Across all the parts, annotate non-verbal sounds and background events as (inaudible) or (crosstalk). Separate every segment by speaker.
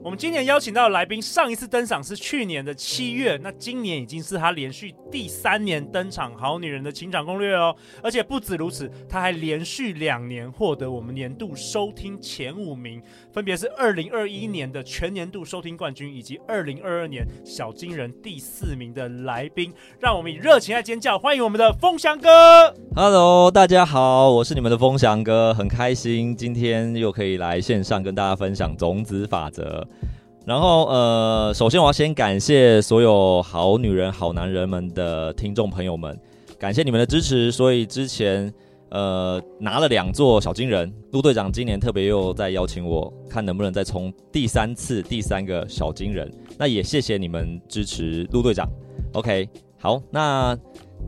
Speaker 1: 我们今年邀请到的来宾，上一次登场是去年的七月，那今年已经是他连续第三年登场《好女人的情场攻略》哦。而且不止如此，他还连续两年获得我们年度收听前五名，分别是二零二一年的全年度收听冠军，以及二零二二年小金人第四名的来宾。让我们以热情来尖叫，欢迎我们的风翔哥。
Speaker 2: Hello，大家好，我是你们的风翔哥，很开心今天又可以来线上跟大家分享种子法则。然后呃，首先我要先感谢所有好女人、好男人们的听众朋友们，感谢你们的支持。所以之前呃拿了两座小金人，陆队长今年特别又在邀请我，看能不能再冲第三次、第三个小金人。那也谢谢你们支持陆队长。OK，好，那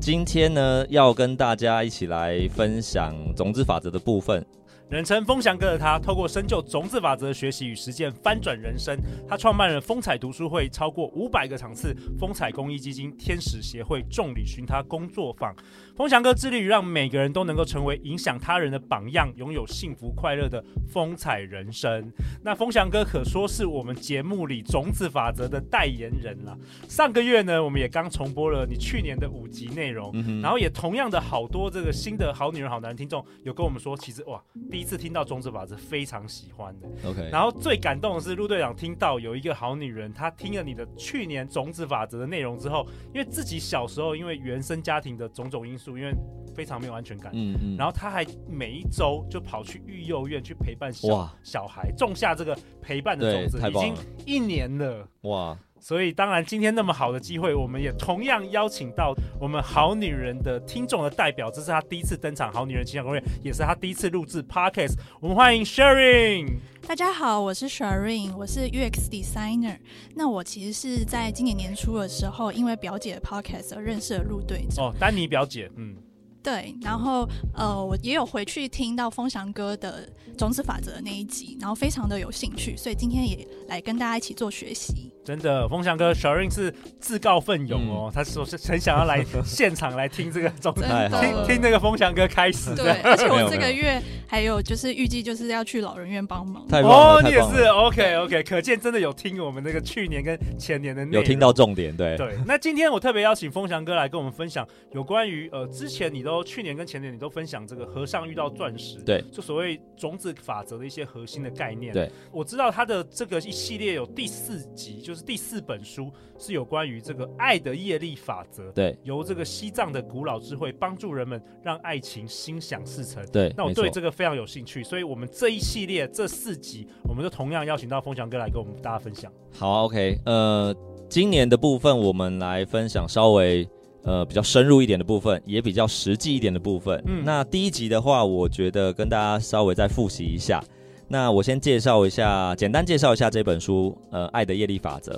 Speaker 2: 今天呢，要跟大家一起来分享种子法则的部分。
Speaker 1: 人称风翔哥的他，透过深究种子法则的学习与实践，翻转人生。他创办了风采读书会，超过五百个场次；风采公益基金、天使协会、众里寻他工作坊。风翔哥致力于让每个人都能够成为影响他人的榜样，拥有幸福快乐的风采人生。那风翔哥可说是我们节目里种子法则的代言人了。上个月呢，我们也刚重播了你去年的五集内容，
Speaker 2: 嗯哼
Speaker 1: 然后也同样的好多这个新的好女人好男人听众有跟我们说，其实哇，第一次听到种子法则非常喜欢的。
Speaker 2: ，OK，
Speaker 1: 然后最感动的是，陆队长听到有一个好女人，她听了你的去年种子法则的内容之后，因为自己小时候因为原生家庭的种种因素，因为非常没有安全感，
Speaker 2: 嗯嗯
Speaker 1: 然后她还每一周就跑去育幼院去陪伴小
Speaker 2: 哇
Speaker 1: 小孩，种下这个陪伴的
Speaker 2: 对
Speaker 1: 种子，
Speaker 2: 太
Speaker 1: 已
Speaker 2: 棒
Speaker 1: 经
Speaker 2: 了
Speaker 1: 一年了。
Speaker 2: 哇，
Speaker 1: 所以，当然，今天那么好的机会，我们也同样邀请到我们好女人的听众的代表，这是她第一次登场《好女人情感攻略》，也是她第一次录制 podcast。我们欢迎 Sharing。
Speaker 3: 大家好，我是 Sharin，我是 UX designer。那我其实是在今年年初的时候，因为表姐的 podcast 而认识了陆队长。
Speaker 1: 哦，丹尼表姐，嗯，
Speaker 3: 对，然后呃，我也有回去听到风翔哥的种子法则的那一集，然后非常的有兴趣，所以今天也来跟大家一起做学习。
Speaker 1: 真的，风翔哥 Sharing 是自告奋勇哦，
Speaker 2: 嗯
Speaker 1: 他说是很想要来现场来听这个
Speaker 2: (laughs)
Speaker 1: 中，
Speaker 3: 真
Speaker 2: 太好
Speaker 1: 听
Speaker 2: 了
Speaker 3: 的。
Speaker 1: 听那个风翔哥开始。
Speaker 3: 对，而且
Speaker 2: 没有没
Speaker 3: 我这
Speaker 2: 有
Speaker 3: 个月还有就是预计就是要去老人院帮忙。
Speaker 2: 太棒了，
Speaker 1: 哦，你
Speaker 2: 太
Speaker 1: 也
Speaker 2: 棒
Speaker 1: 是
Speaker 2: 了，
Speaker 1: OK OK，可见真的有听我们那个去年跟前年的内容
Speaker 2: 有听到重点，对，
Speaker 1: 对，那今天我特别邀请风翔哥来跟我们分享有关于呃，之前你都去年跟前年你都分享这个和尚遇到钻石，
Speaker 2: 对，
Speaker 1: 就所谓种子法则的一些核心的概念。
Speaker 2: 对，
Speaker 1: 我知道他的这个一系列有第四集，就是第四本书是有关于这个爱的业力法则，
Speaker 2: 对
Speaker 1: 由这个西藏的古老智慧帮助人们让爱情心想事成。
Speaker 2: 对，
Speaker 1: 那我
Speaker 2: 没错
Speaker 1: 对这个非常有兴趣，所以我们这一系列这四集，我们就同样邀请到风翔哥来跟我们大家分享。
Speaker 2: 好，OK，呃，今年的部分我们来分享稍微呃比较深入一点的部分，也比较实际一点的部分。
Speaker 1: 嗯
Speaker 2: 那第一集的话，我觉得跟大家稍微再复习一下。那我先介绍一下，简单介绍一下这本书，呃，《爱的业力法则》，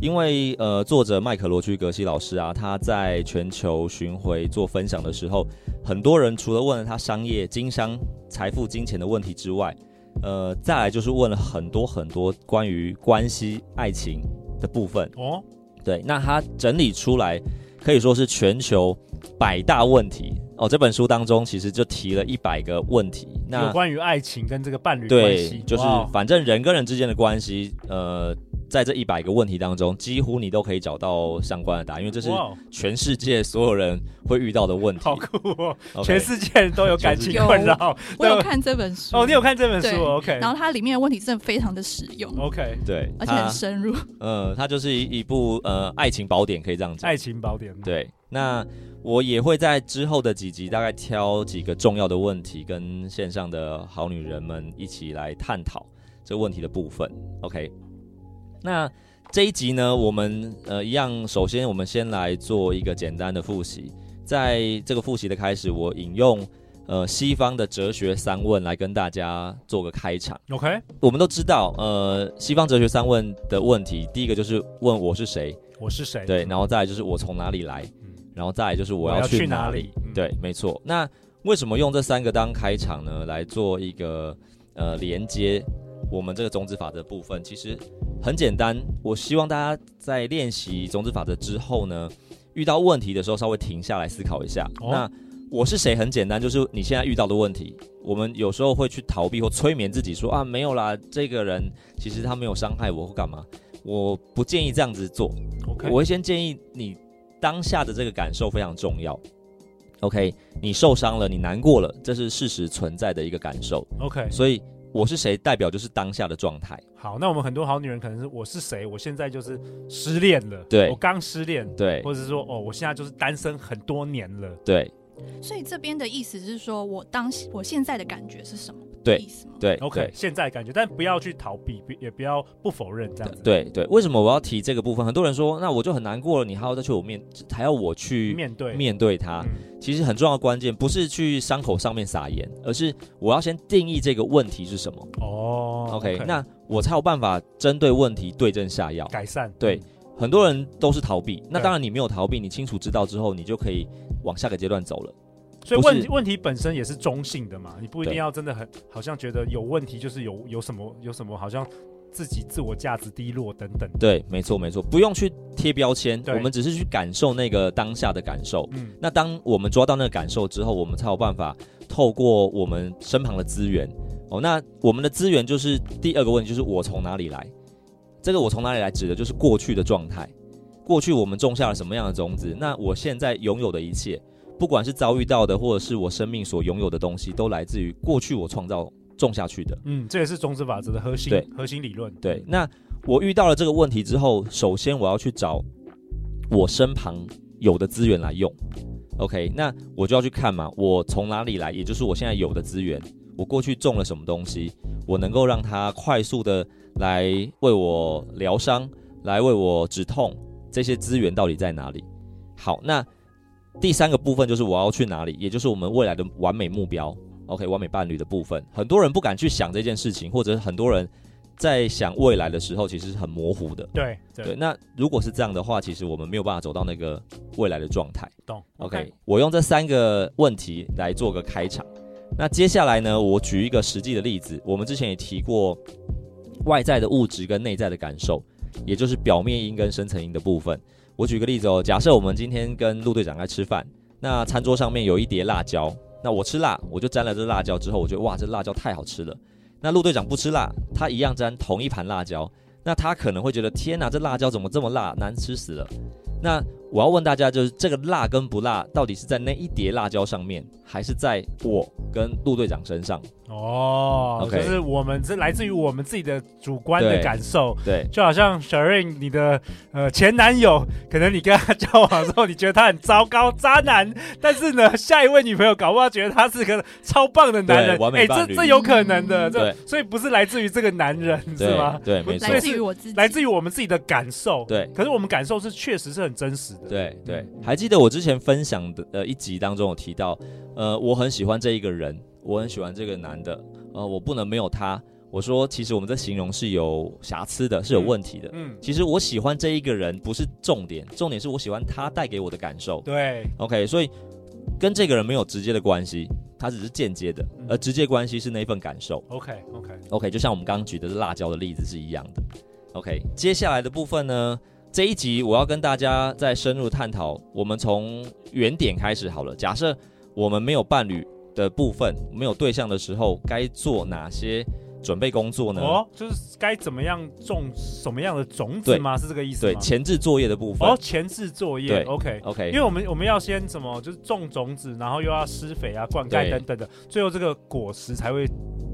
Speaker 2: 因为呃，作者麦克罗居格西老师啊，他在全球巡回做分享的时候，很多人除了问了他商业、经商、财富、金钱的问题之外，呃，再来就是问了很多很多关于关系、爱情的部分。
Speaker 1: 哦，
Speaker 2: 对，那他整理出来可以说是全球百大问题哦。这本书当中其实就提了一百个问题，
Speaker 1: 有
Speaker 2: 那
Speaker 1: 关于爱情跟这个伴侣关
Speaker 2: 对
Speaker 1: 系，，
Speaker 2: 就是
Speaker 1: 哇哦
Speaker 2: 反正人跟人之间的关系，呃，在这一百个问题当中，几乎你都可以找到相关的答案，因为这是
Speaker 1: 哇哦
Speaker 2: 全世界所有人会遇到的问题。
Speaker 1: 好酷哦！
Speaker 2: (laughs) OK
Speaker 1: 全世界人都有感情困扰。
Speaker 3: 我有
Speaker 1: 对
Speaker 3: 看这本书
Speaker 1: 哦，你有看这本书
Speaker 3: 对
Speaker 1: ？OK
Speaker 3: 然后它里面的问题真的非常的实用，
Speaker 2: 哦
Speaker 1: OK，
Speaker 2: 对，
Speaker 3: 而且很
Speaker 2: 它
Speaker 3: 深入。
Speaker 2: 呃，它就是一一部呃爱情宝典，可以这样讲。
Speaker 1: 爱情宝典。
Speaker 2: 对，那我也会在之后的几集大概挑几个重要的问题，跟线上的好女人们一起来探讨这问题的部分。OK，那这一集呢，我们呃一样，首先我们先来做一个简单的复习。在这个复习的开始，我引用呃西方的哲学三问来跟大家做个开场。
Speaker 1: ，OK，
Speaker 2: 我们都知道，呃，西方哲学三问的问题，第一个就是问我是谁，
Speaker 1: 我是谁？
Speaker 2: 对，然后再来就是我从哪里来，
Speaker 1: 嗯，
Speaker 2: 然后再来就是
Speaker 1: 我
Speaker 2: 我
Speaker 1: 要去
Speaker 2: 去
Speaker 1: 哪
Speaker 2: 里。
Speaker 1: 里？嗯，
Speaker 2: 对，没错。那为什么用这三个当开场呢？来做一个呃连接我们这个种子法则部分，其实很简单。我希望大家在练习种子法则之后呢，遇到问题的时候稍微停下来思考一下。
Speaker 1: 哦
Speaker 2: 那我是谁很简单，就是你现在遇到的问题。我们有时候会去逃避或催眠自己说啊，没有啦，这个人其实他没有伤害我或干嘛。我不建议这样子做，
Speaker 1: ，OK，
Speaker 2: 我会先建议你当下的这个感受非常重要。OK，你受伤了，你难过了，这是事实存在的一个感受。
Speaker 1: OK，
Speaker 2: 所以我是谁，代表就是当下的状态。
Speaker 1: 好，那我们很多好女人可能是我是谁？我现在就是失恋了，
Speaker 2: 对
Speaker 1: 我刚失恋，
Speaker 2: 对
Speaker 1: 或者是说哦，我现在就是单身很多年了，
Speaker 2: 对
Speaker 3: 所以这边的意思是说，我当时我现在的感觉是什么？
Speaker 2: 对
Speaker 3: 意思吗？
Speaker 2: 对
Speaker 1: OK，现在感觉，但不要去逃避，不也不要不否认这样子。，
Speaker 2: 对对对。为什么我要提这个部分？很多人说，那我就很难过了，你还要再去我面，还要我去
Speaker 1: 面对
Speaker 2: 面啊对它。
Speaker 1: 嗯
Speaker 2: 其实很重要的关键不是去伤口上面撒盐，而是我要先定义这个问题是什么。
Speaker 1: 哦
Speaker 2: OK，那我才有办法针对问题对症下药。
Speaker 1: 改善
Speaker 2: 对很多人都是逃避，那
Speaker 1: 嗯对
Speaker 2: 当然你没有逃避，你清楚知道之后，你就可以往下个阶段走了。
Speaker 1: 所以
Speaker 2: 不是
Speaker 1: 问问题本身也是中性的嘛，你不一定
Speaker 2: 对
Speaker 1: 要真的很好像觉得有问题就是有有什么有什么好像自己自我价值低落等等。
Speaker 2: 对，没错没错，不用去贴标签，
Speaker 1: 对
Speaker 2: 我们只是去感受那个当下的感受。
Speaker 1: 嗯，
Speaker 2: 那当我们抓到那个感受之后，我们才有办法透过我们身旁的资源。哦，那我们的资源就是第二个问题，就是我从哪里来？这个我从哪里来指的就是过去的状态，过去我们种下了什么样的种子？那我现在拥有的一切，不管是遭遇到的，或者是我生命所拥有的东西，都来自于过去我创造种下去的。
Speaker 1: 嗯，这也是种子法则的核心
Speaker 2: 对
Speaker 1: 核心理论。
Speaker 2: 对，那我遇到了这个问题之后，首先我要去找我身旁有的资源来用。OK，那我就要去看嘛，我从哪里来，也就是我现在有的资源，我过去种了什么东西，我能够让它快速的来为我疗伤，来为我止痛，这些资源到底在哪里？好，那第三个部分就是我要去哪里，也就是我们未来的完美目标。OK，完美伴侣的部分，很多人不敢去想这件事情，或者是很多人在想未来的时候，其实是很模糊的。
Speaker 1: 对对
Speaker 2: 对，那如果是这样的话，其实我们没有办法走到那个未来的状态。
Speaker 1: 懂。
Speaker 2: OK，我用这三个问题来做个开场。那接下来呢，我举一个实际的例子。我们之前也提过外在的物质跟内在的感受，也就是表面音跟深层音的部分。我举个例子哦，假设我们今天跟陆队长在吃饭，那餐桌上面有一碟辣椒，那我吃辣，我就沾了这辣椒之后，我觉得哇，这辣椒太好吃了。那陆队长不吃辣，他一样沾同一盘辣椒，那他可能会觉得天哪，这辣椒怎么这么辣，难吃死了。那我要问大家，就是这个辣跟不辣，到底是在那一碟辣椒上面，还是在我跟陆队长身上？
Speaker 1: 哦
Speaker 2: OK
Speaker 1: 就是我们这来自于我们自己的主观的
Speaker 2: 对
Speaker 1: 感受，
Speaker 2: 对，
Speaker 1: 就好像小瑞你的呃前男友，可能你跟他交往之后，你觉得他很糟糕渣男，但是呢，下一位女朋友搞不好觉得他是个超棒的男人
Speaker 2: 对完，美
Speaker 1: 哎、
Speaker 2: 伴
Speaker 1: 这
Speaker 2: 侣
Speaker 1: 这有可能的，这
Speaker 2: 对
Speaker 1: 所以不是来自于这个男人是吗
Speaker 2: 对，？对，没错
Speaker 3: 来，自于我自己，
Speaker 1: 来自于我们自己的感受，
Speaker 2: 对
Speaker 1: 可是我们感受是确实是很真实的，
Speaker 2: 对对。还记得我之前分享的呃一集当中有提到，呃，我很喜欢这一个人，我很喜欢这个男的，呃，我不能没有他。我说，其实我们这形容是有瑕疵的，是有问题的。
Speaker 1: 嗯，
Speaker 2: 其实我喜欢这一个人不是重点，重点是我喜欢他带给我的感受。
Speaker 1: 对，
Speaker 2: OK，所以跟这个人没有直接的关系，他只是间接的
Speaker 1: 嗯，
Speaker 2: 而直接关系是那份感受。
Speaker 1: OK OK，
Speaker 2: OK，就像我们刚刚举的是辣椒的例子是一样的。OK，接下来的部分呢，这一集我要跟大家再深入探讨，我们从原点开始好了。假设我们没有伴侣的部分，没有对象的时候，该做哪些准备工作呢？
Speaker 1: 哦，就是该怎么样种什么样的种子
Speaker 2: 对
Speaker 1: 吗？是这个意思
Speaker 2: 对，
Speaker 1: 吗？
Speaker 2: 前置作业的部分。
Speaker 1: 哦，前置作业
Speaker 2: 对
Speaker 1: ，OK。
Speaker 2: OK，
Speaker 1: 因为我们我们要先什么，就是种种子，然后又要施肥啊、灌溉
Speaker 2: 对
Speaker 1: 等等的，最后这个果实才会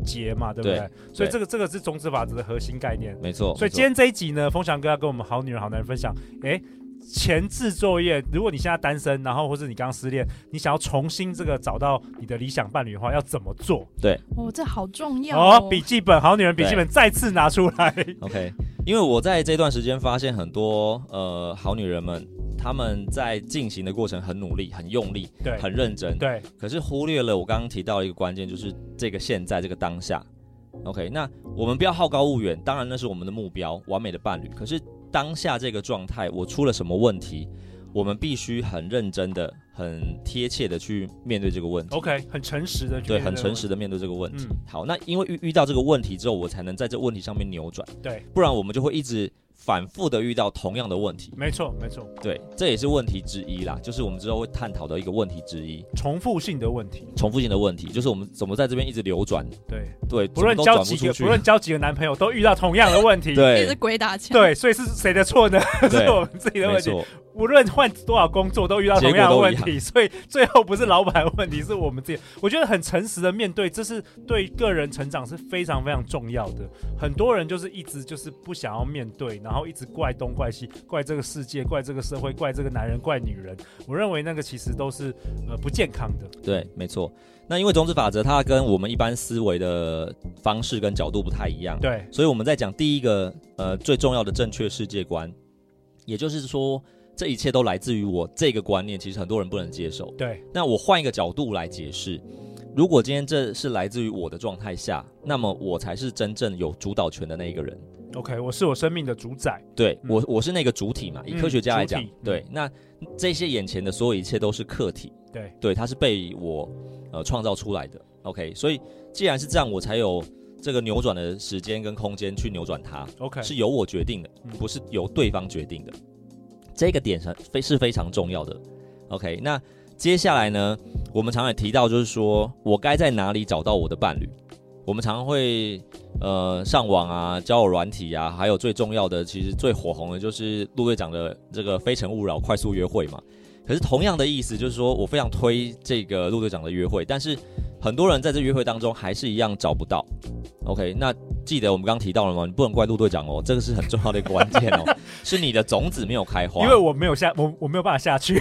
Speaker 1: 结嘛，对不对？
Speaker 2: 对哦
Speaker 1: 所以这个这个是种子法则的核心概念。
Speaker 2: 没错。
Speaker 1: 所以今天这一集呢，风翔哥要跟我们好女人、好男人分享，哎，前置作业，如果你现在单身，然后或者你刚失恋，你想要重新这个找到你的理想伴侣的话，要怎么做？
Speaker 3: 哦，这好重要
Speaker 1: 哦
Speaker 3: 哦，，
Speaker 1: 笔记本，好女人笔记
Speaker 2: 对
Speaker 1: 本再次拿出来。
Speaker 2: 没错 OK，因为我在这段时间发现很多呃好女人们，她们在进行的过程很努力、很用力、
Speaker 1: 对
Speaker 2: 很认真，
Speaker 1: 对，
Speaker 2: 可是忽略了我刚刚提到一个关键，就是这个现在这个当下。OK，那我们不要好高骛远，当然那是我们的目标，完美的伴侣。可是当下这个状态，我出了什么问题，我们必须很认真的、很贴切的去面对这个问题。
Speaker 1: OK，很诚实的，
Speaker 2: 对，很诚实。的面对这个问题。
Speaker 1: 嗯
Speaker 2: 好，那因为遇遇到这个问题之后，我才能在这问题上面扭转，
Speaker 1: 对，
Speaker 2: 不然我们就会一直反复的遇到同样的问题。
Speaker 1: 没错，没错，
Speaker 2: 对，这也是问题之一啦，就是我们之后会探讨的一个问题之一，
Speaker 1: 重复性的问题。
Speaker 2: 重复性的问题，就是我们怎么在这边一直流转，
Speaker 1: 对，
Speaker 2: 对，
Speaker 1: 不论
Speaker 2: 怎么都
Speaker 1: 交
Speaker 2: 转
Speaker 1: 几
Speaker 2: 不
Speaker 1: 个，
Speaker 2: 出去
Speaker 1: 不，论交几个男朋友，都遇到同样的问题。
Speaker 3: 也是
Speaker 2: 对
Speaker 3: 鬼打墙。，
Speaker 1: 对，所以是谁的错呢？
Speaker 2: 对
Speaker 1: 是我们自己的
Speaker 2: 没
Speaker 1: 问题。
Speaker 2: 错，
Speaker 1: 无论换多少工作，都遇到同样的问
Speaker 2: 结果都
Speaker 1: 题，所以最后不是老板的问题，是我们自己。我觉得很诚实的面对，这是对个人成长是非常非常重要的。很多人就是一直就是不想要面对，然后一直怪东怪西，怪这个世界，怪这个社会，怪这个男人，怪女人。我认为那个其实都是呃不健康的。
Speaker 2: 对，没错。那因为种子法则它跟我们一般思维的方式跟角度不太一样，
Speaker 1: 对，
Speaker 2: 所以我们在讲第一个呃最重要的正确世界观，也就是说这一切都来自于我这个观念，其实很多人不能接受。
Speaker 1: 对，
Speaker 2: 那我换一个角度来解释，如果今天这是来自于我的状态下，那么我才是真正有主导权的那一个人。
Speaker 1: OK，我是我生命的主宰。
Speaker 2: 对、
Speaker 1: 嗯
Speaker 2: 我，我是那个主体嘛，以
Speaker 1: 嗯
Speaker 2: 科学家来讲，
Speaker 1: 主体嗯
Speaker 2: 对，那这些眼前的所有一切都是客体，
Speaker 1: 对
Speaker 2: 对，它是被我呃创造出来的。OK，所以既然是这样，我才有这个扭转的时间跟空间去扭转它。
Speaker 1: ，OK，
Speaker 2: 是由我决定的
Speaker 1: 嗯，
Speaker 2: 不是由对方决定的。这个点是非是非常重要的。OK，那接下来呢，我们常常也提到，就是说我该在哪里找到我的伴侣？我们常常会呃上网啊，交友软体啊，还有最重要的，其实最火红的就是陆队长的这个《非诚勿扰》快速约会嘛。可是同样的意思就是说，我非常推这个陆队长的约会，但是很多人在这约会当中还是一样找不到。OK，那记得我们刚刚提到了吗？你不能怪陆队长哦，这个是很重要的一个关键 (laughs) 哦，是你的种子没有开花。
Speaker 1: 因为我没有下，我我没有办法下去，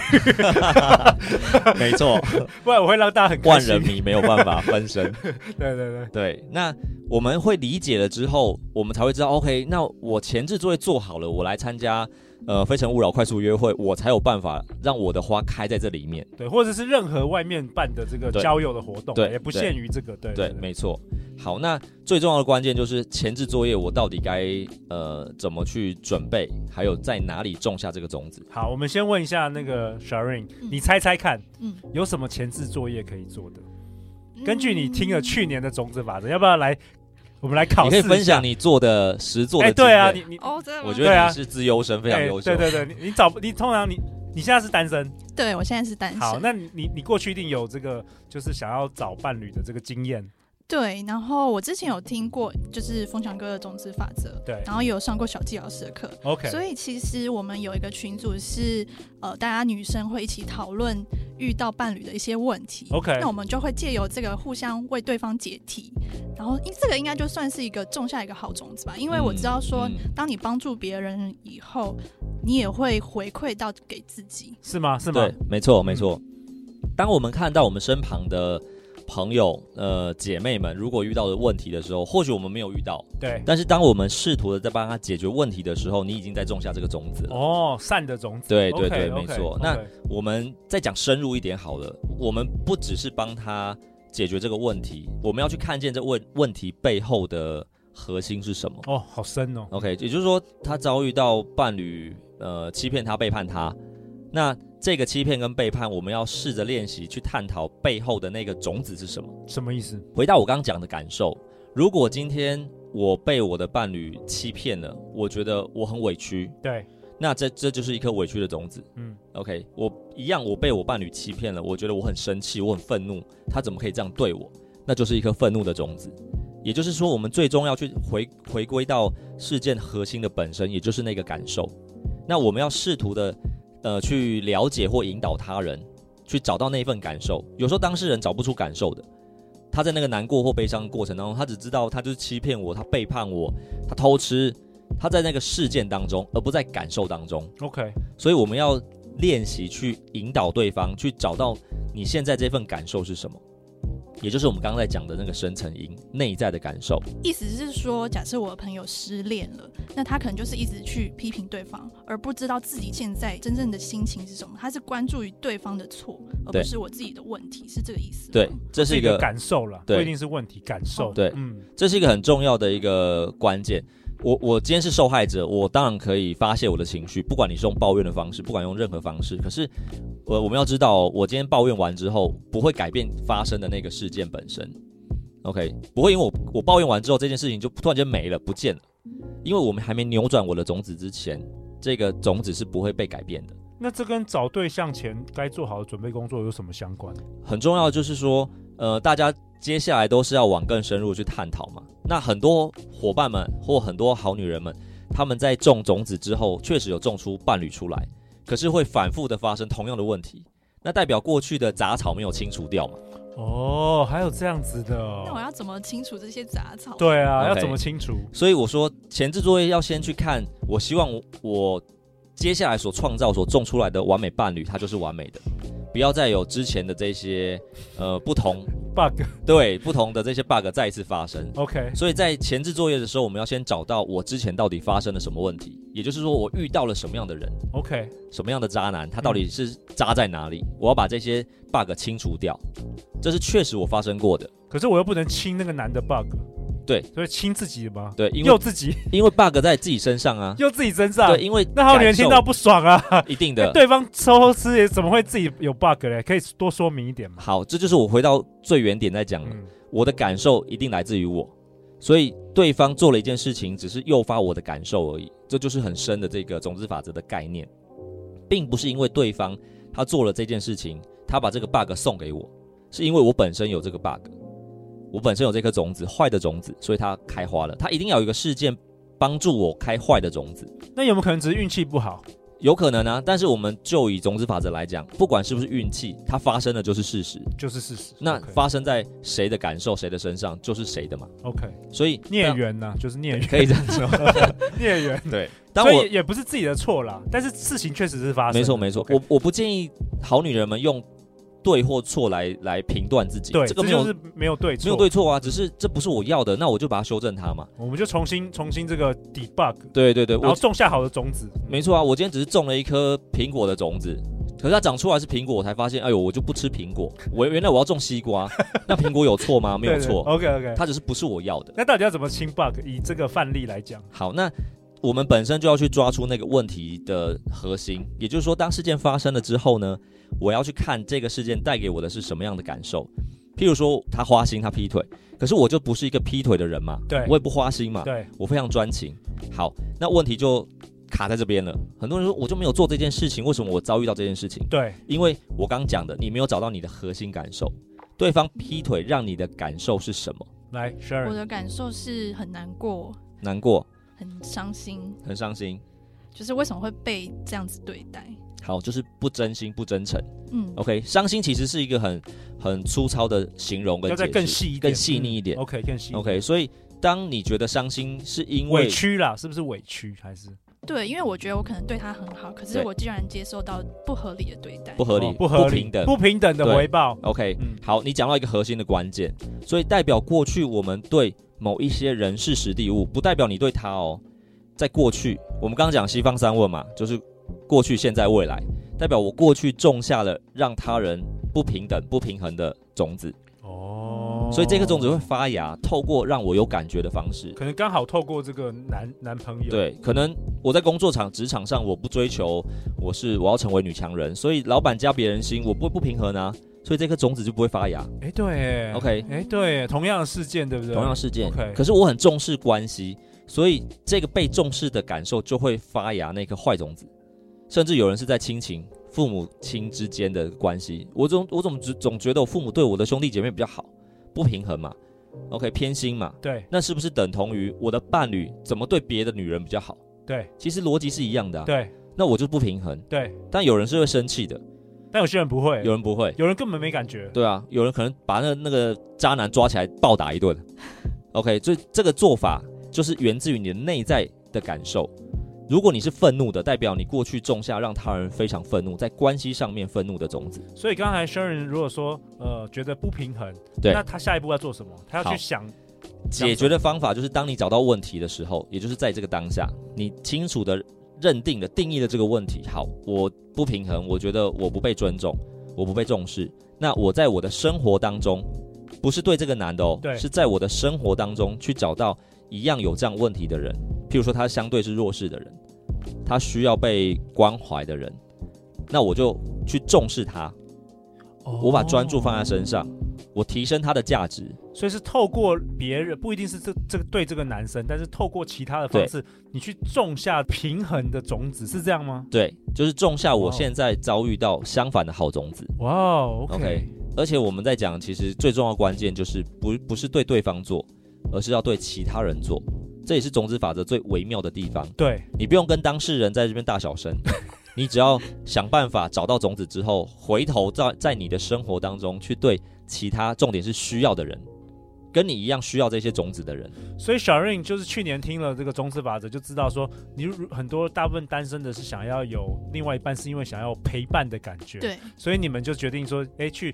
Speaker 1: (laughs)
Speaker 2: 没错，
Speaker 1: 不然我会让大家很开
Speaker 2: 万
Speaker 1: 心
Speaker 2: 人。迷没有办法分身。
Speaker 1: 对对对，
Speaker 2: 对，那我们会理解了之后，我们才会知道，OK，那我前置作业做好了，我来参加呃《非诚勿扰》快速约会，我才有办法让我的花开在这里面。
Speaker 1: 对，或者是任何外面办的这个
Speaker 2: 对
Speaker 1: 交友的活动，啊
Speaker 2: 对
Speaker 1: 也不
Speaker 2: 对
Speaker 1: 限于这个，对
Speaker 2: 对，没错。好，那最重要的关键就是前置作业，我到底该呃怎么去准备，还有在哪里种下这个种子。
Speaker 1: 好，我们先问一下那个 Sharon，
Speaker 3: 嗯
Speaker 1: 你猜猜看，
Speaker 3: 嗯
Speaker 1: 有什么前置作业可以做的？根据你听
Speaker 3: 嗯
Speaker 1: 了去年的种子法则，要不要来？我们来考
Speaker 2: 你
Speaker 1: 试一
Speaker 2: 可以
Speaker 1: 下，
Speaker 2: 分享你做的实作的、
Speaker 1: 哎，对啊，你，你
Speaker 3: 哦，真的吗？
Speaker 2: 我觉
Speaker 1: 对
Speaker 2: 得
Speaker 1: 啊
Speaker 2: 你是自优生，非常
Speaker 1: 哎
Speaker 2: 优秀。
Speaker 1: 对对对，你你找你通常你你现在是单身，
Speaker 3: 对我现在是单身。
Speaker 1: 好，那你你你过去一定有这个就是想要找伴侣的这个经验，
Speaker 3: 对，然后我之前有听过，就是风翔哥的种子法则，
Speaker 1: 对
Speaker 3: 然后也有上过小纪老师的课，
Speaker 1: ，OK，
Speaker 3: 所以其实我们有一个群组是，呃，大家女生会一起讨论遇到伴侣的一些问题。
Speaker 1: OK
Speaker 3: 那我们就会借由这个互相为对方解题，然后因这个应该就算是一个种下一个好种子吧，因为我知道说，
Speaker 2: 嗯嗯
Speaker 3: 当你帮助别人以后，你也会回馈到给自己。
Speaker 1: 是吗？是吗嗯
Speaker 2: 对？，没错，没错。当我们看到我们身旁的朋友、呃姐妹们，如果遇到的问题的时候，或许我们没有遇到，
Speaker 1: 对，
Speaker 2: 但是当我们试图的在帮他解决问题的时候，你已经在种下这个种子了。
Speaker 1: 哦，善的种子，
Speaker 2: 对
Speaker 1: OK，
Speaker 2: 对对
Speaker 1: OK，
Speaker 2: 没错
Speaker 1: OK
Speaker 2: 那我们再讲深入一点好了，我们不只是帮他解决这个问题，我们要去看见这问问题背后的核心是什么。
Speaker 1: 哦，好深哦，
Speaker 2: OK，也就是说，他遭遇到伴侣呃欺骗他、背叛他，那这个欺骗跟背叛，我们要试着练习去探讨背后的那个种子是什么。
Speaker 1: 什么意思？
Speaker 2: 回到我刚刚讲的感受，如果今天我被我的伴侣欺骗了，我觉得我很委屈，
Speaker 1: 对，
Speaker 2: 那这这就是一颗委屈的种子。
Speaker 1: 嗯
Speaker 2: OK，我一样，我被我伴侣欺骗了，我觉得我很生气，我很愤怒，他怎么可以这样对我？那就是一颗愤怒的种子。也就是说，我们最终要去回回归到事件核心的本身，也就是那个感受。那我们要试图的，呃，去了解或引导他人，去找到那份感受。有时候当事人找不出感受的，他在那个难过或悲伤的过程当中，他只知道他就是欺骗我，他背叛我，他偷吃，他在那个事件当中，而不在感受当中。
Speaker 1: ，OK，
Speaker 2: 所以我们要练习去引导对方，去找到你现在这份感受是什么，也就是我们刚才讲的那个深层因内在的感受。
Speaker 3: 意思是说，假设我的朋友失恋了，那他可能就是一直去批评对方，而不知道自己现在真正的心情是什么。他是关注于对方的错，而
Speaker 2: 对
Speaker 3: 不是我自己的问题，是这个意思吗？
Speaker 2: 对，这
Speaker 1: 是一哦
Speaker 2: 是一个
Speaker 1: 个感受了，不
Speaker 2: 对
Speaker 1: 一定是问题，感受，
Speaker 2: 对
Speaker 1: 嗯，
Speaker 2: 这是一个很重要的一个关键。我我今天是受害者，我当然可以发泄我的情绪，不管你是用抱怨的方式，不管用任何方式。可是，我、我们要知道哦，我今天抱怨完之后，不会改变发生的那个事件本身。OK，不会因为我我抱怨完之后，这件事情就突然间没了，不见了，因为我们还没扭转我的种子之前，这个种子是不会被改变的。
Speaker 1: 那这跟找对象前该做好的准备工作有什么相关？
Speaker 2: 很重要的就是说，呃，大家接下来都是要往更深入去探讨嘛。那很多伙伴们或很多好女人们，她们在种种子之后，确实有种出伴侣出来，可是会反复的发生同样的问题，那代表过去的杂草没有清除掉嘛？
Speaker 1: 哦，还有这样子的哦、
Speaker 3: 那我要怎么清除这些杂草？，
Speaker 1: 对啊，
Speaker 2: OK
Speaker 1: 要怎么清除？
Speaker 2: 所以我说前置作业要先去看，我希望我我接下来所创造、所种出来的完美伴侣，它就是完美的，不要再有之前的这些呃不同
Speaker 1: bug。
Speaker 2: 对不同的这些 bug 再一次发生。
Speaker 1: OK，
Speaker 2: 所以在前置作业的时候，我们要先找到我之前到底发生了什么问题，也就是说我遇到了什么样的人，
Speaker 1: OK，
Speaker 2: 什么样的渣男，他到底是渣在哪里？我要把这些 bug 清除掉，这是确实我发生过的。
Speaker 1: 可是我又不能清那个男的 bug，
Speaker 2: 对
Speaker 1: 所以清自己的吗？
Speaker 2: 对，因
Speaker 1: 又
Speaker 2: 为
Speaker 1: 自己，
Speaker 2: 因为 bug 在自己身上啊。
Speaker 1: 又自己身上
Speaker 2: 对，。因为
Speaker 1: 那好女人
Speaker 2: 感受
Speaker 1: 听到不爽啊！
Speaker 2: 一定
Speaker 1: 那
Speaker 2: 的。
Speaker 1: (laughs) 对方抽丝也怎么会自己有 bug 嘞？可以多说明一点吗？
Speaker 2: 好，这就是我回到最原点在讲了，
Speaker 1: 嗯，
Speaker 2: 我的感受一定来自于我，所以对方做了一件事情，只是诱发我的感受而已。这就是很深的这个种子法则的概念，并不是因为对方他做了这件事情，他把这个 bug 送给我，是因为我本身有这个 bug，我本身有这颗种子，坏的种子，所以它开花了。它一定要有一个事件帮助我开坏的种子。
Speaker 1: 那有没有可能只是运气不好？
Speaker 2: 有可能啊，但是我们就以种子法则来讲，不管是不是运气，它发生的就是事实。
Speaker 1: 就是事实。
Speaker 2: 那
Speaker 1: OK
Speaker 2: 发生在谁的感受、谁的身上，就是谁的嘛。
Speaker 1: OK，
Speaker 2: 所以
Speaker 1: 孽缘呐，就是孽
Speaker 2: (laughs)
Speaker 1: 缘，
Speaker 2: 可以这样说。
Speaker 1: (laughs) 孽缘。
Speaker 2: 对，当
Speaker 1: 所
Speaker 2: 我
Speaker 1: 以也不是自己的错啦，但是事情确实是发生。
Speaker 2: 没错没错，
Speaker 1: OK
Speaker 2: 我我不建议好女人们用对或错来来评断自己。
Speaker 1: 对，
Speaker 2: 这个
Speaker 1: 这
Speaker 2: 没有
Speaker 1: 就是没有对错，
Speaker 2: 没有对，错啊，只是这不是我要的，那我就把它修正它嘛。
Speaker 1: 我们就重新重新这个 debug，
Speaker 2: 对对对，
Speaker 1: 然后
Speaker 2: 我
Speaker 1: 种下好的种子。
Speaker 2: 没错啊，我今天只是种了一颗苹果的种子。可是它长出来是苹果，我才发现，哎呦，我就不吃苹果。我原来我要种西瓜，
Speaker 1: (laughs)
Speaker 2: 那苹果有错吗？没有错，
Speaker 1: OK OK，
Speaker 2: 它只是不是我要的。
Speaker 1: 那到底要怎么清 bug？以这个范例来讲，
Speaker 2: 好，那我们本身就要去抓出那个问题的核心，也就是说，当事件发生了之后呢，我要去看这个事件带给我的是什么样的感受。譬如说，他花心，他劈腿，可是我就不是一个劈腿的人嘛，
Speaker 1: 对
Speaker 2: 我也不花心嘛，
Speaker 1: 对，
Speaker 2: 我非常专情。好，那问题就卡在这边了。很多人说，我就没有做这件事情，为什么我遭遇到这件事情？
Speaker 1: 对，
Speaker 2: 因为我刚讲的，你没有找到你的核心感受，对方劈腿让你的感受是什么？
Speaker 1: 来
Speaker 3: 我
Speaker 1: Sharon，
Speaker 3: 的感受是很难过，
Speaker 2: 难过，
Speaker 3: 很伤心，
Speaker 2: 很伤心。
Speaker 3: 就是为什么会被这样子对待？
Speaker 2: 好，就是不真心、不真诚。
Speaker 3: 嗯，
Speaker 2: OK，伤心其实是一个很很粗糙的形容跟
Speaker 1: 要
Speaker 2: 解
Speaker 1: 再
Speaker 2: 释，
Speaker 1: 更细一点，
Speaker 2: 更细腻一
Speaker 1: 嗯。
Speaker 2: 点
Speaker 1: OK，更细。
Speaker 2: OK，所以当你觉得伤心是因
Speaker 1: 委
Speaker 2: 为
Speaker 1: 屈啦，是不是委屈还是
Speaker 3: 对，因为我觉得我可能对他很好，可是
Speaker 2: 对
Speaker 3: 我竟然接受到不合理的对待
Speaker 2: 不。合理、
Speaker 1: 哦不合理、
Speaker 2: 平等
Speaker 1: 不平等的
Speaker 2: 对
Speaker 1: 回报？
Speaker 2: OK，
Speaker 1: 嗯
Speaker 2: 好，你讲到一个核心的关键，所以代表过去我们对某一些人事实地物，不代表你对他哦。在过去，我们刚刚讲西方三问嘛，就是过去、现在、未来，代表我过去种下了让他人不平等、不平衡的种子，
Speaker 1: 哦
Speaker 2: 所以这个种子会发芽，透过让我有感觉的方式。
Speaker 1: 可能刚好透过这个男男朋友，
Speaker 2: 对，可能我在工作场、职场上，我不追求我是我要成为女强人，所以老板加别人心，我不不平衡啊，所以这颗种子就不会发芽。
Speaker 1: 哎对
Speaker 2: OK
Speaker 1: 哎对，同样的事件对不对？
Speaker 2: 同样事件
Speaker 1: OK
Speaker 2: 可是我很重视关系，所以这个被重视的感受就会发芽那颗坏种子，甚至有人是在亲情、父母亲之间的关系，我总我总总觉得我父母对我的兄弟姐妹比较好，不平衡嘛，OK 偏心嘛，
Speaker 1: 对
Speaker 2: 那是不是等同于我的伴侣怎么对别的女人比较好？
Speaker 1: 对
Speaker 2: 其实逻辑是一样的、啊，
Speaker 1: 对
Speaker 2: 那我就不平衡。
Speaker 1: 对，
Speaker 2: 但有人是会生气的，
Speaker 1: 但有些人不会，
Speaker 2: 有人不会。
Speaker 1: 有人根本没感觉，
Speaker 2: 对啊，有人可能把那那个渣男抓起来暴打一顿。OK，所以这个做法就是源自于你的内在的感受。如果你是愤怒的，代表你过去种下让他人非常愤怒，在关系上面愤怒的种子。
Speaker 1: 所以刚才 Sharon 如果说呃觉得不平衡，
Speaker 2: 对
Speaker 1: 那他下一步要做什么？他要去
Speaker 2: 好
Speaker 1: 想
Speaker 2: 解决的方法就是，当你找到问题的时候，也就是在这个当下，你清楚的认定了、定义了这个问题。好，我不平衡，我觉得我不被尊重，我不被重视。那我在我的生活当中，不是对这个男的哦
Speaker 1: 对，
Speaker 2: 是在我的生活当中去找到一样有这样问题的人，譬如说他相对是弱势的人，他需要被关怀的人，那我就去重视他，我
Speaker 1: 哦
Speaker 2: 把专注放在身上，我提升他的价值。
Speaker 1: 所以是透过别人，不一定是这这个对这个男生，但是透过其他的方式，你去种下平衡的种子，是这样吗？
Speaker 2: 对，就是种下我
Speaker 1: 哦
Speaker 2: 现在遭遇到相反的好种子。
Speaker 1: 哇哦
Speaker 2: OK 而且我们在讲，其实最重要的关键就是不不是对对方做，而是要对其他人做。这也是种子法则最微妙的地方。
Speaker 1: 对，
Speaker 2: 你不用跟当事人在这边大小声， (laughs) 你只要想办法找到种子之后，回头在在你的生活当中去对其他重点是需要的人，跟你一样需要这些种子的人，
Speaker 1: 所以小润就是去年听了这个种子法则，就知道说，你如很多大部分单身的是想要有另外一半，是因为想要陪伴的感觉。，
Speaker 3: 对
Speaker 1: 所以你们就决定说，哎，去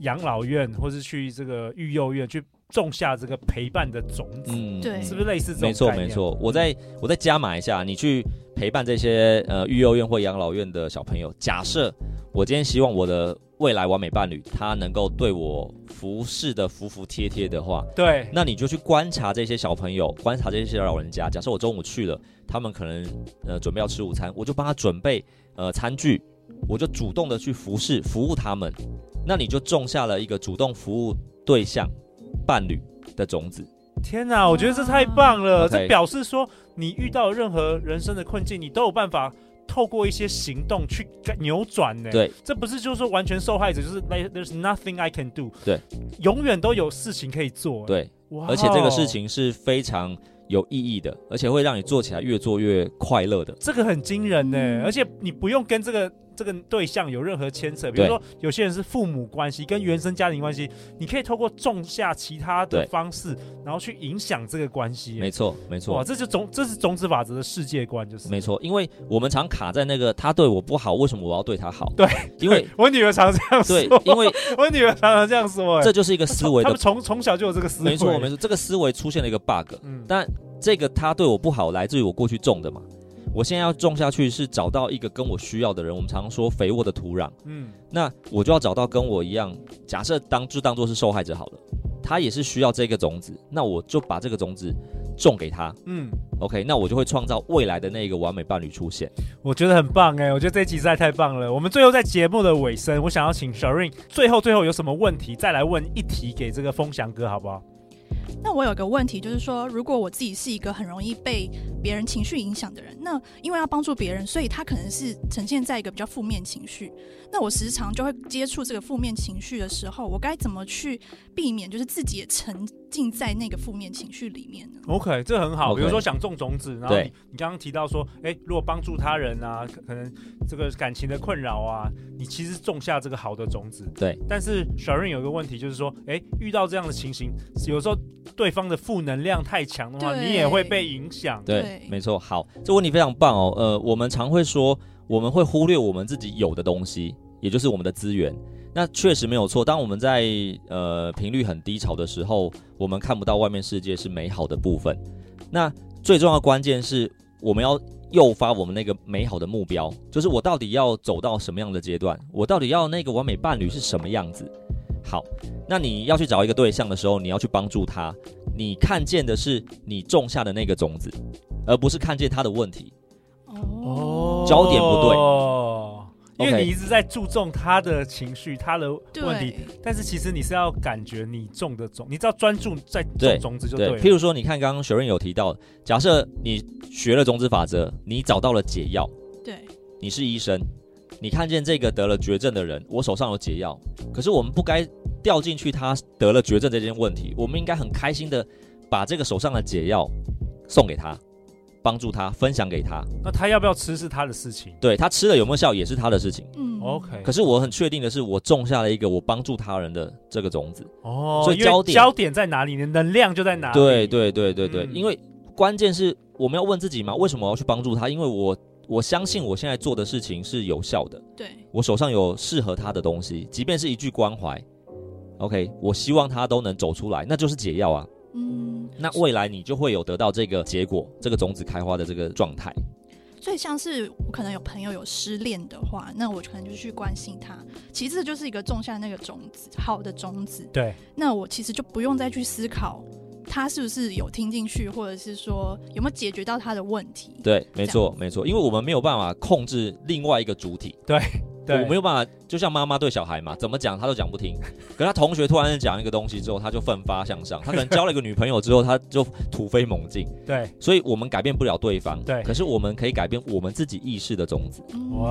Speaker 1: 养老院或是去这个育幼院去种下这个陪伴的种子，
Speaker 2: 嗯，
Speaker 3: 对
Speaker 1: 是不是类似这种
Speaker 2: 没错
Speaker 1: 概念嗯
Speaker 2: 没，错，我再我再加码一下，你去陪伴这些呃育幼院或养老院的小朋友。假设我今天希望我的未来完美伴侣，他能够对我服侍的服服帖帖的话，
Speaker 1: 对，
Speaker 2: 那你就去观察这些小朋友，观察这些老人家。假设我中午去了，他们可能呃准备要吃午餐，我就帮他准备呃餐具，我就主动的去服侍服务他们。那你就种下了一个主动服务对象伴侣的种子。
Speaker 1: 天哪，我觉得这太棒了！
Speaker 2: OK
Speaker 1: 这表示说，你遇到任何人生的困境，你都有办法透过一些行动去改扭转呢。
Speaker 2: 对，
Speaker 1: 这不是就是说完全受害者，就是 like there's nothing I can do。
Speaker 2: 对，
Speaker 1: 永远都有事情可以做。，
Speaker 2: 对，
Speaker 1: 哇哦
Speaker 2: 而且这个事，情是非常有意义的，而且会让你做起来越做越快乐的。
Speaker 1: 这个很惊人呢、
Speaker 3: 嗯
Speaker 1: 而且你不用跟这个。这个对象有任何牵扯，比如
Speaker 2: 对
Speaker 1: 说有些人是父母关系跟原生家庭关系，你可以透过种下其他的
Speaker 2: 对
Speaker 1: 方式，然后去影响这个关系。
Speaker 2: 没错，没
Speaker 1: 哇，
Speaker 2: 错，
Speaker 1: 这就种这是种子法则的世界观，就是
Speaker 2: 没错，因为我们常卡在那个他对我不好，为什么我要对他好？
Speaker 1: 对，
Speaker 2: 因为
Speaker 1: (laughs) 我女儿常这样说， (laughs)
Speaker 2: 对，因为
Speaker 1: 我女儿常常这样说、哎
Speaker 2: 这就是一个思维
Speaker 1: 他
Speaker 2: 的
Speaker 1: 们，从从小就有这个思维，
Speaker 2: 没错，没错，这个思维出现了一个 bug。
Speaker 1: 嗯，
Speaker 2: 但这个他对我不好，来自于我过去种的嘛。我现在要种下去是找到一个跟我需要的人，我们常说肥沃的土壤。
Speaker 1: 嗯，
Speaker 2: 那我就要找到跟我一样，假设当就当做是受害者好了，他也是需要这个种子，那我就把这个种子种给他
Speaker 1: 嗯，
Speaker 2: ，OK，那我就会创造未来的那个完美伴侣出现。
Speaker 1: 我觉得很棒哎、我觉得这一集实在太棒了。我们最后在节目的尾声，我想要请 Sharin 最后最后有什么问题再来问一题给这个风翔哥好不好？
Speaker 3: 那我有个问题，就是说，如果我自己是一个很容易被别人情绪影响的人，那因为要帮助别人，所以他可能是呈现在一个比较负面情绪。那我时常就会接触这个负面情绪的时候，我该怎么去避免，就是自己也沉浸在那个负面情绪里面呢？
Speaker 1: OK，这很好。
Speaker 2: OK
Speaker 1: 比如说想种种子，然后
Speaker 2: 对
Speaker 1: 你你刚刚提到说，哎、如果帮助他人啊，可可能这个感情的困扰啊，你其实种下这个好的种子。
Speaker 2: 对。
Speaker 1: 但是小润有一个问题，就是说，哎、遇到这样的情形，有时候对方的负能量太强的话，
Speaker 3: 对
Speaker 1: 你也会被影响。
Speaker 2: 对
Speaker 3: 对，
Speaker 2: 没错。好，这问题非常棒哦。呃，我们常会说，我们会忽略我们自己有的东西，也就是我们的资源。那确实没有错。当我们在呃频率很低潮的时候，我们看不到外面世界是美好的部分。那最重要的关键是，我们要诱发我们那个美好的目标，就是我到底要走到什么样的阶段，我到底要那个完美伴侣是什么样子。好，那你要去找一个对象的时候，你要去帮助他。你看见的是你种下的那个种子，而不是看见他的问题。
Speaker 3: 哦
Speaker 2: 焦点不对
Speaker 1: 哦，因为
Speaker 2: OK
Speaker 1: 你一直在注重他的情绪、他的问题，
Speaker 3: 对，
Speaker 1: 但是其实你是要感觉你种的种，你只要专注在种
Speaker 2: 对
Speaker 1: 种子就
Speaker 2: 对，
Speaker 1: 对
Speaker 2: 譬
Speaker 1: 了。
Speaker 2: 如说，你看刚刚学润有提到，假设你学了种子法则，你找到了解药，
Speaker 3: 对，
Speaker 2: 你是医生，你看见这个得了绝症的人，我手上有解药，可是我们不该掉进去他得了绝症这件问题，我们应该很开心的把这个手上的解药送给他，帮助他，分享给他。
Speaker 1: 那他要不要吃是他的事情。
Speaker 2: 对他吃了有没有效也是他的事情。
Speaker 3: 嗯
Speaker 1: OK，
Speaker 2: 可是我很确定的是，我种下了一个我帮助他人的这个种子。
Speaker 1: 哦，
Speaker 2: 所以
Speaker 1: 因为
Speaker 2: 焦点
Speaker 1: 焦点在哪里，你的能量就在哪里。
Speaker 2: 对对对对对，
Speaker 1: 嗯
Speaker 2: 因为关键是我们要问自己嘛，为什么我要去帮助他？因为我我相信我现在做的事情是有效的，
Speaker 3: 对，
Speaker 2: 我手上有适合他的东西，即便是一句关怀，OK，我希望他都能走出来，那就是解药啊。
Speaker 3: 嗯，
Speaker 2: 那未来你就会有得到这个结果，这个种子开花的这个状态。
Speaker 3: 所以像是我可能有朋友有失恋的话，那我可能就去关心他。其次就是一个种下那个种子，好的种子。
Speaker 1: 对，
Speaker 3: 那我其实就不用再去思考他是不是有听进去，或者是说有没有解决到他的问题？
Speaker 2: 对，没错，没错，因为我们没有办法控制另外一个主体，
Speaker 1: 对，
Speaker 2: 我没有办法，就像妈妈对小孩嘛，怎么讲他都讲不听。 (laughs) 可他同学突然间讲一个东西之后，他就奋发向上，他可能交了一个女朋友之后，他就突飞猛进。
Speaker 1: 对，
Speaker 2: 所以我们改变不了对方，
Speaker 1: 对
Speaker 2: 可是我们可以改变我们自己意识的种子。
Speaker 3: 嗯
Speaker 1: 哇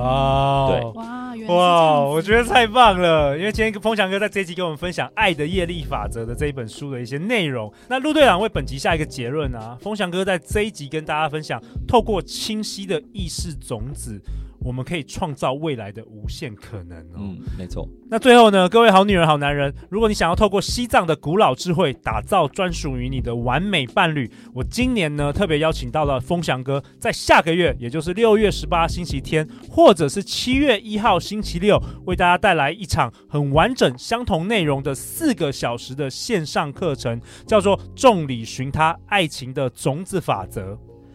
Speaker 1: 哦，
Speaker 3: 哇，原来是这
Speaker 1: 哇，
Speaker 3: 样子
Speaker 1: 我觉得太棒了！因为今天风翔哥在这一集跟我们分享《爱的业力法则》的这一本书的一些内容。那陆队长为本集下一个结论啊，风翔哥在这一集跟大家分享，透过清晰的意识种子，我们可以创造未来的无限可能哦。
Speaker 2: 嗯，没错，
Speaker 1: 那最后呢，各位好女人、好男人，如果你想要透过西藏的古老智慧打造专属于你的完美伴侣，我今年呢特别邀请到了风翔哥，在下个月，也就是六月十八星期天，或者是七月一号星期六，为大家带来一场很完整、相同内容的四个小时的线上课程，叫做《众里寻他：爱情的种子法则》。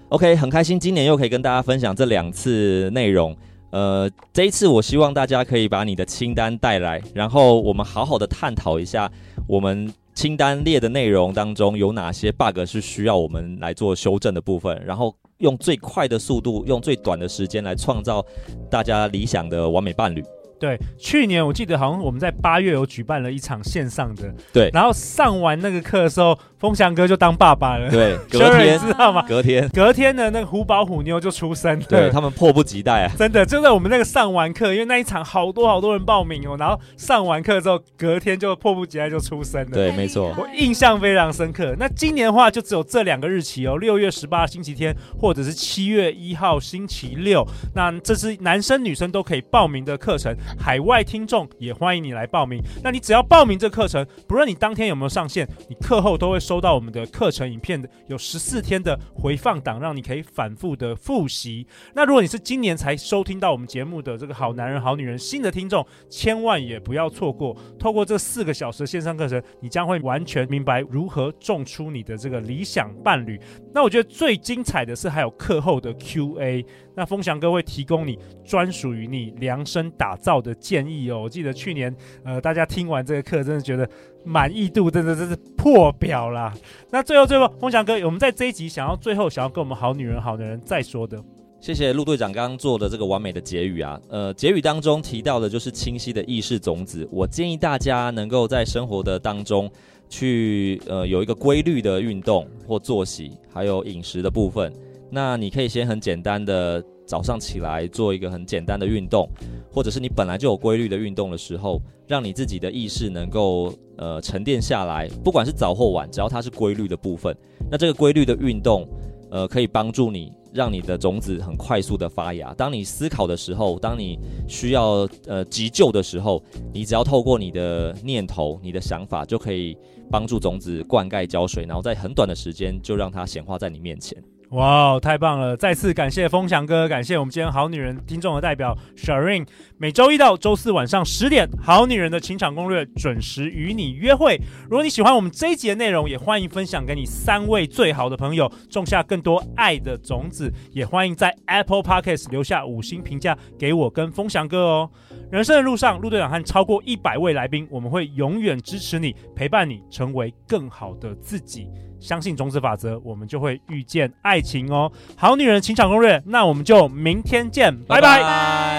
Speaker 2: OK，很开心今年又可以跟大家分享这两次内容。呃，这一次我希望大家可以把你的清单带来，然后我们好好的探讨一下我们清单列的内容当中有哪些 bug 是需要我们来做修正的部分，然后用最快的速度，用最短的时间来创造大家理想的完美伴侣。
Speaker 1: 对，去年我记得好像我们在八月有举办了一场线上的，
Speaker 2: 对
Speaker 1: 然后上完那个课的时候，风翔哥就当爸爸了。
Speaker 2: 对，隔
Speaker 1: (laughs) Sharon
Speaker 2: 天，
Speaker 1: 知道吗？
Speaker 2: 隔天，
Speaker 1: 隔天呢，那个虎宝虎妞就出生了。 (laughs)
Speaker 2: 对他们迫不及待啊。
Speaker 1: 真的就在我们那个上完课，因为那一场好多好多人报名哦，然后上完课之后，隔天就迫不及待就出生了。
Speaker 2: 对，没错，
Speaker 1: 我印象非常深刻。那今年的话，就只有这两个日期哦，六月十八星期天，或者是七月一号星期六。那这是男生女生都可以报名的课程，海外听众也欢迎你来报名。那你只要报名这课程，不论你当天有没有上线，你课后都会收到我们的课程影片的，有十四天的回放档，让你可以反复的复习。那如果你是今年才收听到我们节目的这个好男人好女人新的听众，千万也不要错过。透过这四个小时的线上课程，你将会完全明白如何种出你的这个理想伴侣。那我觉得最精彩的是还有课后的 Q&A，那风翔哥会提供你专属于你量身打造的建议哦。我记得去年呃，大家听完这个课，真的觉得满意度真的真是破表啦。那最后最后，风翔哥，我们在这一集想要最后想要跟我们好女人好男人再说的，
Speaker 2: 谢谢陆队长刚刚做的这个完美的结语啊，呃，结语当中提到的就是清晰的意识种子。我建议大家能够在生活的当中去呃有一个规律的运动或作息，还有饮食的部分。那你可以先很简单的早上起来做一个很简单的运动，或者是你本来就有规律的运动的时候，让你自己的意识能够呃沉淀下来。不管是早或晚，只要它是规律的部分，那这个规律的运动呃，可以帮助你让你的种子很快速的发芽。当你思考的时候，当你需要呃急救的时候，你只要透过你的念头、你的想法，就可以帮助种子灌溉浇水，然后在很短的时间就让它显化在你面前。
Speaker 1: 哇哦，太棒了！再次感谢风翔哥，感谢我们今天好女人听众的代表 Sharin。每周一到周四晚上十点，《好女人的情场攻略》准时与你约会。如果你喜欢我们这一集的内容，也欢迎分享给你三位最好的朋友，种下更多爱的种子。也欢迎在 Apple Podcast 留下五星评价给我跟风翔哥哦。人生的路上，陆队长和超过一百位来宾，我们会永远支持你，陪伴你，成为更好的自己。相信种子法则，我们就会遇见爱情哦。好女人情场攻略，那我们就明天见，拜拜
Speaker 2: 拜